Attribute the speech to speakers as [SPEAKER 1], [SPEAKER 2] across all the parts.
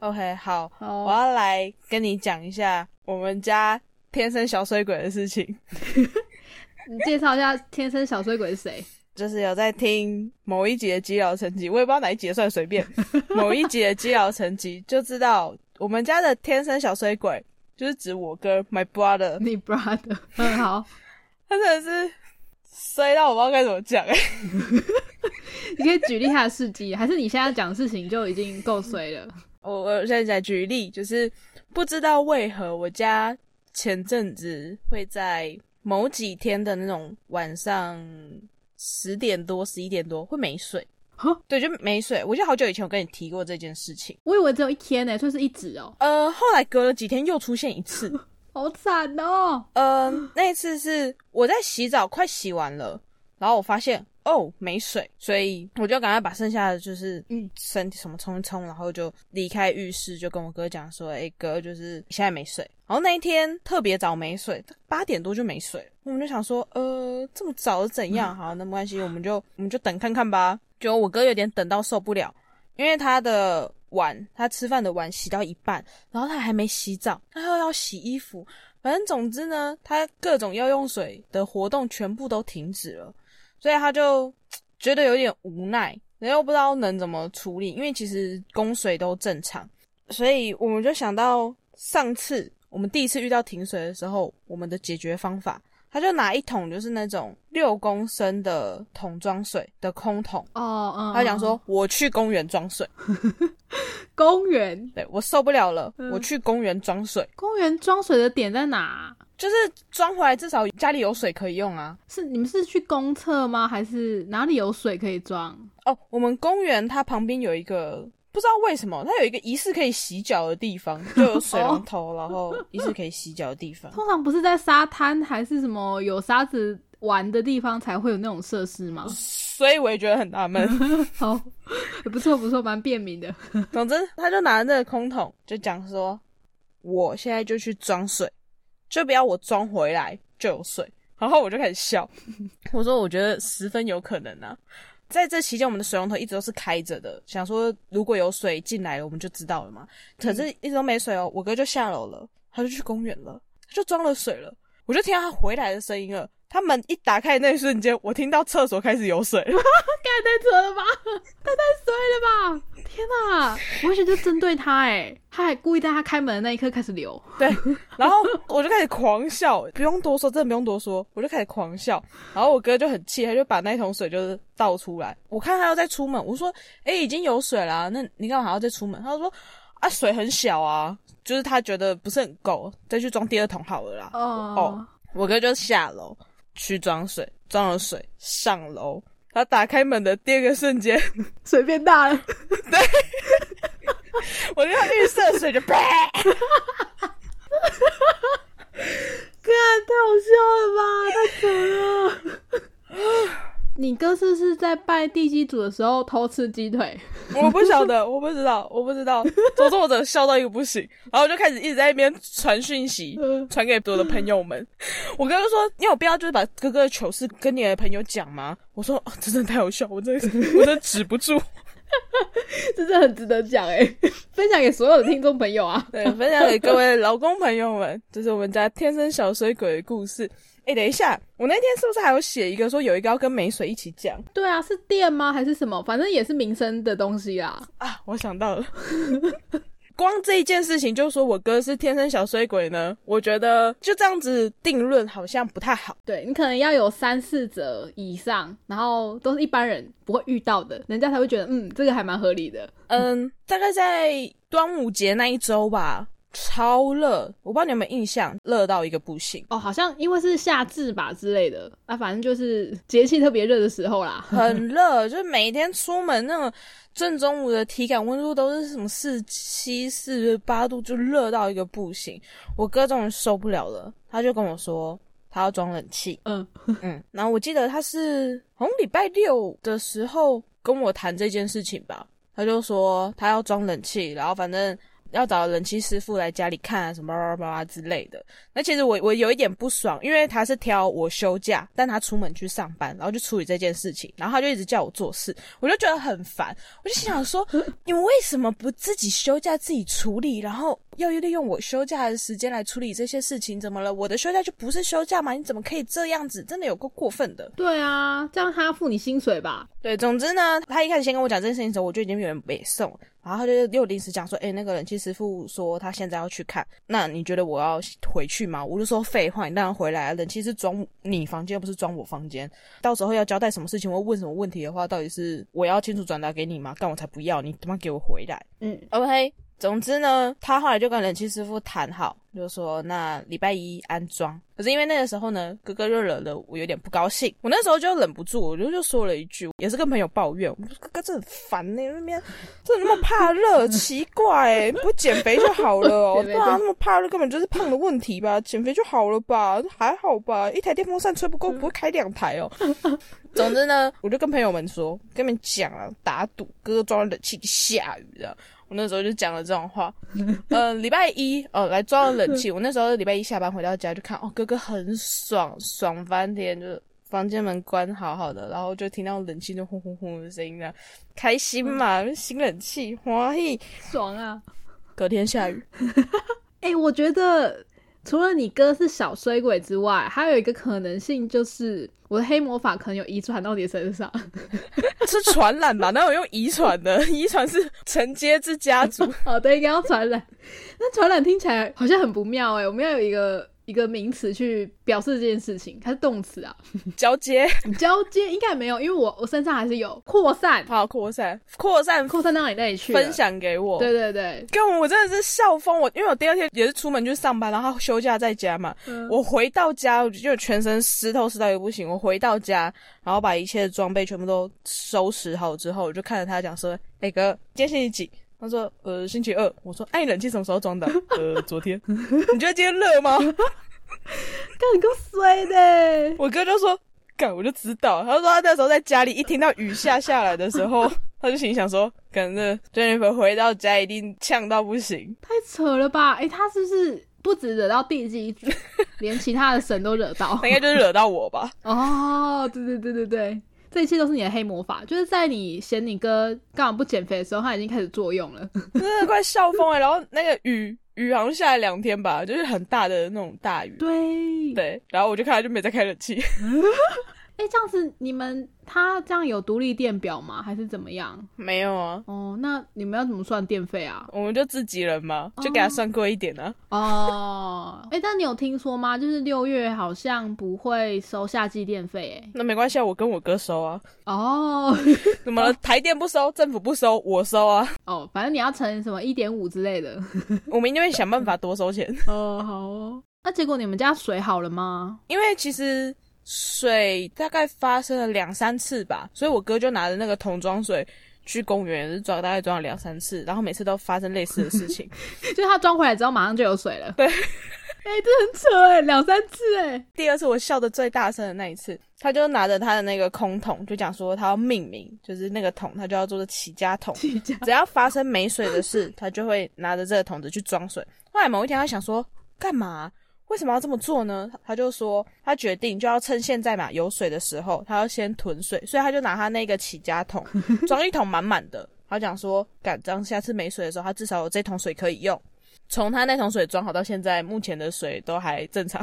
[SPEAKER 1] OK，好，
[SPEAKER 2] 好
[SPEAKER 1] 我要来跟你讲一下我们家天生小水鬼的事情。
[SPEAKER 2] 你介绍一下天生小水鬼是谁？
[SPEAKER 1] 就是有在听某一集的《基佬成绩》，我也不知道哪一集算随便，某一集的《基佬成绩》就知道我们家的天生小水鬼就是指我哥 my brother，
[SPEAKER 2] 你 brother。嗯， 好，
[SPEAKER 1] 他真的是衰到我不知道该怎么讲哎、
[SPEAKER 2] 你可以举例他的事迹，还是你现在讲的事情就已经够衰了？
[SPEAKER 1] 我我现在在举例，就是不知道为何我家前阵子会在某几天的那种晚上十点多、十一点多会没睡
[SPEAKER 2] 哈。
[SPEAKER 1] 对，就没睡。我记得好久以前我跟你提过这件事情。
[SPEAKER 2] 我以为只有一天呢、欸，就是一直哦，
[SPEAKER 1] 呃，后来隔了几天又出现一次。
[SPEAKER 2] 好惨哦。
[SPEAKER 1] 呃，那一次是我在洗澡，快洗完了，然后我发现哦没水，所以我就赶快把剩下的就是嗯身体什么冲一冲，然后就离开浴室，就跟我哥讲说，哎、哥，就是现在没水。然后那一天特别早没水，八点多就没水了，我们就想说，呃，这么早是怎样？好，那没关系，我们就我们就等看看吧。结果我哥有点等到受不了，因为他的碗，他吃饭的碗洗到一半，然后他还没洗澡，他又要洗衣服，反正总之呢，他各种要用水的活动全部都停止了，所以他就觉得有点无奈，然后又不知道能怎么处理，因为其实供水都正常，所以我们就想到上次我们第一次遇到停水的时候，我们的解决方法。他就拿一桶，就是那种六公升的桶装水的空桶，
[SPEAKER 2] 哦，嗯，
[SPEAKER 1] 他讲说：“我去公园装水，
[SPEAKER 2] 嗯公园，
[SPEAKER 1] 对我受不了了，我去公园装水，
[SPEAKER 2] 公园装水的点在哪啊、
[SPEAKER 1] 就是装回来至少家里有水可以用啊。
[SPEAKER 2] 是你们是去公厕吗？还是哪里有水可以装？
[SPEAKER 1] 哦，我们公园它旁边有一个。”不知道为什么，它有一个疑似可以洗脚的地方，就有水龙头，然后疑似可以洗脚的地 方。
[SPEAKER 2] 通常不是在沙滩还是什么有沙子玩的地方才会有那种设施吗？
[SPEAKER 1] 所以我也觉得很纳闷。
[SPEAKER 2] 好，不错不错，蛮便民的。
[SPEAKER 1] 总之，他就拿着那个空桶，就讲说：“我现在就去装水，就不要我装回来就有水。”然后我就开始笑， 我说：“我觉得十分有可能啊。”在这期间，我们的水龙头一直都是开着的，想说如果有水进来了，我们就知道了嘛。可是一直都没水哦，我哥就下楼了，他就去公园了，他就装了水了，我就听到他回来的声音了。他门一打开的那一瞬间，我听到厕所开始有水了。
[SPEAKER 2] 太太扯了吧， 太太衰了吧！天哪、我完全就针对他哎、他还故意在他开门的那一刻开始流。
[SPEAKER 1] 对，然后我就开始狂笑，不用多说，真的不用多说，我就开始狂笑。然后我哥就很气，他就把那桶水就是倒出来。我看他要再出门，我说：“哎、已经有水啦、那你干嘛还要再出门？”他就说：“啊，水很小啊，就是他觉得不是很够，再去装第二桶好了啦。”
[SPEAKER 2] 哦，
[SPEAKER 1] 我哥就下楼去装水，装了水上楼。他打开门的第二个瞬间，
[SPEAKER 2] 水变大了，
[SPEAKER 1] 我就看绿色水就 啪，
[SPEAKER 2] 看太好笑了吧，太扯了。你哥是不是在拜地基主的时候偷吃鸡腿？
[SPEAKER 1] 我不晓得，我不知道，我不知 道。总之我整个笑到一个不行，然后我就开始一直在那边传讯息，传给我的朋友们。我哥就说：“你有必要就是把哥哥的糗事跟你的朋友讲吗？”我说：“哦，这真的太好笑，我真的是我真的止不住。
[SPEAKER 2] 这真的很值得讲哎、 分享给所有的听众朋友啊”。
[SPEAKER 1] 对，分享给各位老公朋友们，这是我们家天生小水鬼的故事。哎，等一下，我那天是不是还有写一个说有一个要跟美水一起讲
[SPEAKER 2] 对啊，是店吗？还是什么？反正也是民生的东西啦。
[SPEAKER 1] 啊？我想到了。 光这一件事情就说我哥是天生小水鬼呢，我觉得就这样子定论好像不太好。
[SPEAKER 2] 对你可能要有三四折以上，然后都是一般人不会遇到的，人家才会觉得嗯，这个还蛮合理的。
[SPEAKER 1] 嗯，大概在端午节那一周吧，超热，我不知道你有没有印象，热到一个不行，
[SPEAKER 2] 哦，好像因为是夏至吧之类的啊，反正就是节气特别热的时候啦。
[SPEAKER 1] 很热，就是每天出门那种正中午的体感温度都是什么四七、四八度，就热到一个不行。我哥终于受不了了，他就跟我说。他要装冷气，
[SPEAKER 2] 嗯，
[SPEAKER 1] 嗯，然后我记得他是嗯好像礼拜六的时候跟我谈这件事情吧，他就说他要装冷气，然后反正要找冷气师傅来家里看啊，什么巴拉巴拉之类的。那其实我我有一点不爽，因为他是挑我休假，但他出门去上班，然后就处理这件事情，然后他就一直叫我做事，我就觉得很烦。我就心想说，你为什么不自己休假自己处理，然后要利用我休假的时间来处理这些事情？怎么了？我的休假就不是休假嘛？你怎么可以这样子？真的有够过分的。
[SPEAKER 2] 对啊，这样他付你薪水吧？
[SPEAKER 1] 对，总之呢，他一开始先跟我讲这件事情的时候，我就已经有点北宋了，然后他就又临时讲说，哎、那个冷气师傅说他现在要去看，那你觉得我要回去吗？我就说废话，你当然回来啊，冷气是装你房间，又不是装我房间，到时候要交代什么事情或问什么问题的话，到底是我要清楚转达给你吗？干我才不要，你他妈给我回来！
[SPEAKER 2] 嗯，
[SPEAKER 1] OK，总之呢，他后来就跟冷气师傅谈好，就说那礼拜一安装。可是因为那个时候呢，哥哥又惹了我有点不高兴，我那时候就忍不住，我就就说了一句，也是跟朋友抱怨，我说哥哥真的很烦呢、那边真的那么怕热，奇怪、欸，不减肥就好了哦、
[SPEAKER 2] 减 肥
[SPEAKER 1] 对啊，
[SPEAKER 2] 对
[SPEAKER 1] 那么怕热根本就是胖的问题吧，减肥就好了吧，还好吧，一台电风扇吹不够，不会开两台 哦、总之呢，我就跟朋友们说，跟你们讲了，打赌哥哥装冷气下雨啊的。我那时候就讲了这种话，呃，礼拜一哦来装了冷气。我那时候礼拜一下班回到家就看，哦，哥哥很爽，爽翻天，就是房间门关好好的，然后就听到冷气就轰轰轰的声音了，开心嘛，新冷气，欢喜。
[SPEAKER 2] 爽啊！
[SPEAKER 1] 隔天下雨，
[SPEAKER 2] 哎、我觉得除了你哥是小衰鬼之外，还有一个可能性就是我的黑魔法可能有遗传到你身上。
[SPEAKER 1] 是传染吧？哪有用遗传的？遗传是承接自家族。
[SPEAKER 2] 哦，对，应该要传染。那传染听起来好像很不妙哎、我们要有一个一个名词去表示这件事情，它是动词啊。
[SPEAKER 1] 交接，
[SPEAKER 2] 交接应该没有，因为我我身上还是有扩散，
[SPEAKER 1] 好扩散，扩散，
[SPEAKER 2] 扩散到你那里去啊了
[SPEAKER 1] 分。享给我。
[SPEAKER 2] 对对对，
[SPEAKER 1] 跟我真的是笑疯我，因为我第二天也是出门去上班，然后休假在家嘛。
[SPEAKER 2] 嗯
[SPEAKER 1] 我回到家，我就全身湿透湿到也不行。我回到家，然后把一切的装备全部都收拾好之后，我就看着他讲说：“哎、哥，今天星期几？”他说：“呃，星期二。”我说：“哎、你冷气什么时候装的？”呃，昨天。你觉得今天热吗？
[SPEAKER 2] 干你够衰的欸、
[SPEAKER 1] 我哥就说：“干，我就知道。”他说他那时候在家里，一听到雨下下来的时候， 他就心里想说：“感觉 Jennifer 回到家一定呛到不行。”
[SPEAKER 2] 太扯了吧？哎、他是不是不止惹到地基主，连其他的神都惹到
[SPEAKER 1] 他？应该就是惹到我吧。
[SPEAKER 2] 哦，对对对对对，这一切都是你的黑魔法，就是在你嫌你哥干嘛不减肥的时候，他已经开始作用了。
[SPEAKER 1] 真的快笑疯了。然后那个雨雨好像下了两天吧，就是很大的那种大雨。
[SPEAKER 2] 对，
[SPEAKER 1] 对，然后我就看他就没再开冷气，
[SPEAKER 2] 哎，这样子你们他这样有独立电表吗？还是怎么样？
[SPEAKER 1] 没有啊，
[SPEAKER 2] 哦，那你们要怎么算电费啊？
[SPEAKER 1] 我们就自己人嘛，就给他算贵一点啊。
[SPEAKER 2] 哦，哎，但你有听说吗？就是六月好像不会收夏季电费，哎，
[SPEAKER 1] 那没关系，啊，我跟我哥收 啊。
[SPEAKER 2] 哦，
[SPEAKER 1] 怎么了台电不收，政府不收，我收啊。
[SPEAKER 2] 哦，反正你要乘什么一点五之类的。
[SPEAKER 1] 我们一定会想办法多收钱，
[SPEAKER 2] 哦，好哦。那结果你们家水好了 吗？
[SPEAKER 1] 因为其实。水大概发生了两三次吧，所以我哥就拿着那个桶装水去公园，也是装大概装了两三次，然后每次都发生类似的事情。
[SPEAKER 2] 就是他装回来之后马上就有水了。
[SPEAKER 1] 对
[SPEAKER 2] 哎、这很扯哎，两三次 哎。
[SPEAKER 1] 第二次我笑的最大声的那一次，他就拿着他的那个空桶，就讲说他要命名，就是那个桶，他就要做的起家桶。
[SPEAKER 2] 起家
[SPEAKER 1] 只要发生没水的事，他就会拿着这个桶子去装水。后来某一天，他想说干嘛？为什么要这么做呢？他就说他决定就要趁现在嘛有水的时候，他要先囤水，所以他就拿他那个起家桶装一桶满满的。他讲说，赶这样下次没水的时候，他至少有这桶水可以用。从他那桶水装好到现在，目前的水都还正常。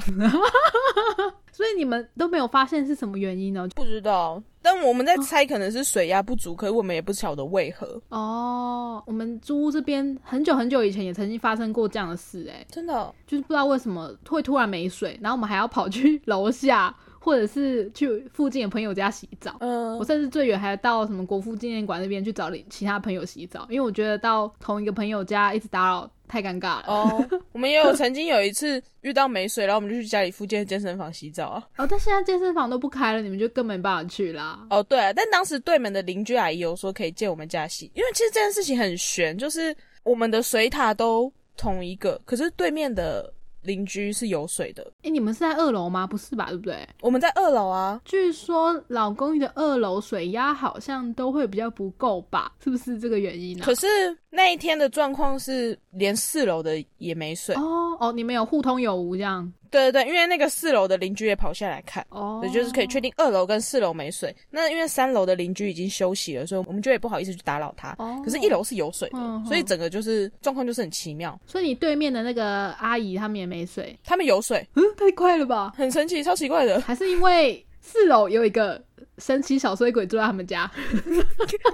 [SPEAKER 2] 所以你们都没有发现是什么原因呢？
[SPEAKER 1] 不知道，但我们在猜可能是水压不足，可是我们也不晓得为何。
[SPEAKER 2] 哦，我们租屋这边很久很久以前也曾经发生过这样的事哎，
[SPEAKER 1] 真的，
[SPEAKER 2] 就是不知道为什么会突然没水，然后我们还要跑去楼下或者是去附近的朋友家洗澡。
[SPEAKER 1] 嗯、
[SPEAKER 2] 我甚至最远还到什么国父纪念馆那边去找其他朋友洗澡，因为我觉得到同一个朋友家一直打扰太尴尬了。
[SPEAKER 1] 哦，我们也有曾经有一次遇到没水，然后我们就去家里附近的健身房洗澡啊。
[SPEAKER 2] 哦，但现在健身房都不开了，你们就更没办法去啦。
[SPEAKER 1] 哦，对啊，但当时对门的邻居阿姨有说可以借我们家洗，因为其实这件事情很悬，就是我们的水塔都同一个，可是对面的邻居是有水的。
[SPEAKER 2] 哎、你们是在二楼吗？不是吧，对不对？
[SPEAKER 1] 我们在二楼啊，
[SPEAKER 2] 据说老公寓的二楼水压好像都会比较不够吧？是不是这个原因呢、
[SPEAKER 1] 可是那一天的状况是连四楼的也没水。
[SPEAKER 2] 哦哦，你们有互通有无这样
[SPEAKER 1] 对对对，因为那个四楼的邻居也跑下来看。
[SPEAKER 2] 哦，
[SPEAKER 1] 所以就是可以确定二楼跟四楼没水，那因为三楼的邻居已经休息了，所以我们就也不好意思去打扰他。
[SPEAKER 2] 哦
[SPEAKER 1] 可是，一楼是有水的，
[SPEAKER 2] 嗯
[SPEAKER 1] 所以整个就是状况就是很奇妙。
[SPEAKER 2] 所以你对面的那个阿姨他们也没水，
[SPEAKER 1] 他们有水，
[SPEAKER 2] 嗯，太快了吧？
[SPEAKER 1] 很神奇，超奇怪的。
[SPEAKER 2] 还是因为四楼有一个神奇小衰鬼住在他们家，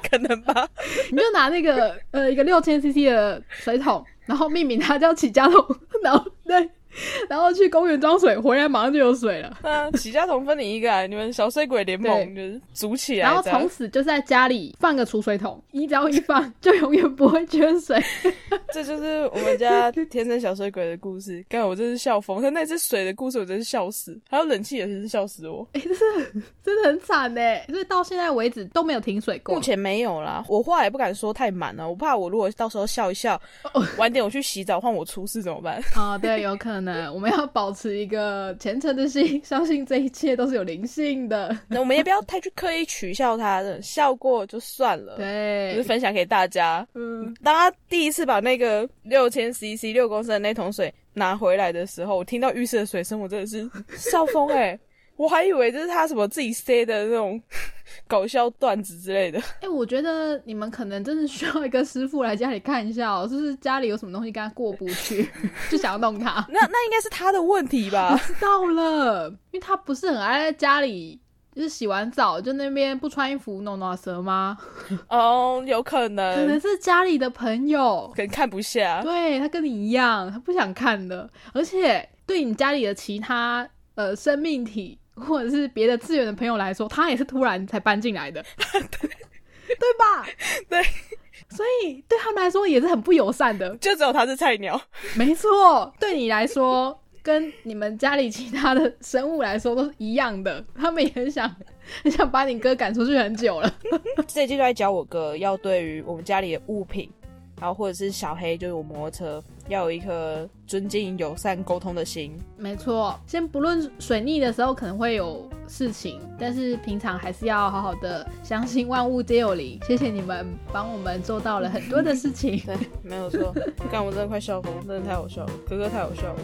[SPEAKER 1] 可能吧。
[SPEAKER 2] 你就拿那个 呃一个六千 CC 的水桶，然后命名它叫起家桶， 然后对，然后去公园装水，回来马上就有水了。
[SPEAKER 1] 那起家同分你一个、啊，你们小水鬼联盟
[SPEAKER 2] 对
[SPEAKER 1] 就是组起来，
[SPEAKER 2] 然后
[SPEAKER 1] 这
[SPEAKER 2] 从
[SPEAKER 1] 样
[SPEAKER 2] 此就在家里放个储水桶，
[SPEAKER 1] 啊
[SPEAKER 2] 你只要一放，就永远不会缺水。
[SPEAKER 1] 这就是我们家天生小水鬼的故事。刚我真是笑疯，他那只水的故事我真是笑死，还有冷气也是笑死我。
[SPEAKER 2] 哎、这是真的很惨哎，所以到现在为止都没有停水过
[SPEAKER 1] 目。前没有啦，我话也不敢说太满了，我怕我如果到时候笑一笑，晚点我去洗澡换我出事怎么办？
[SPEAKER 2] 啊、对，有可能我们要保持一个虔诚的心，相信这一切都是有灵性的。
[SPEAKER 1] 那我们也不要太去刻意取笑他，真的笑过就算
[SPEAKER 2] 呃
[SPEAKER 1] 了。，就是
[SPEAKER 2] 对，
[SPEAKER 1] 分享给大家。
[SPEAKER 2] 嗯，
[SPEAKER 1] 当他第一次把那个六千 CC 六公升的那桶水拿回来的时候，我听到浴室的水声，我真的是笑疯哎、我还以为这是他什么自己塞的那种搞笑段子之类的。
[SPEAKER 2] 哎、我觉得你们可能真的需要一个师傅来家里看一下哦，是不是家里有什么东西跟他过不去， 就想要弄他。
[SPEAKER 1] 那那应该是他的问题吧？
[SPEAKER 2] 知道了，因为他不是很爱在家里，就是洗完澡就那边不穿衣服弄弄蛇吗？
[SPEAKER 1] 哦有可
[SPEAKER 2] 可能
[SPEAKER 1] 能，
[SPEAKER 2] 是家里的朋友，
[SPEAKER 1] 可能看不下。
[SPEAKER 2] 对他跟你一样，他不想看的，而且对你家里的其他呃生命体或者是别的资源的朋友来说，他也是突然才搬进来的，对吧？
[SPEAKER 1] 对，
[SPEAKER 2] 所以对他们来说也是很不友善的。
[SPEAKER 1] 就只有他是菜鸟，
[SPEAKER 2] 没错，对你来说，跟你们家里其他的生物来说都是一样的，他们也很想很想把你哥赶出去很久了。
[SPEAKER 1] 这一季就在教我哥要对于我们家里的物品，然后或者是小黑，就是我摩托车，要有一颗尊敬、友善、沟通的心。
[SPEAKER 2] 没错，先不论水逆的时候可能会有事情，但是平常还是要好好的相信万物皆有灵。谢谢你们帮我们做到了很多的事情。
[SPEAKER 1] 对，没有错。干，我真的快笑疯，真的太好笑了，哥哥太好笑了。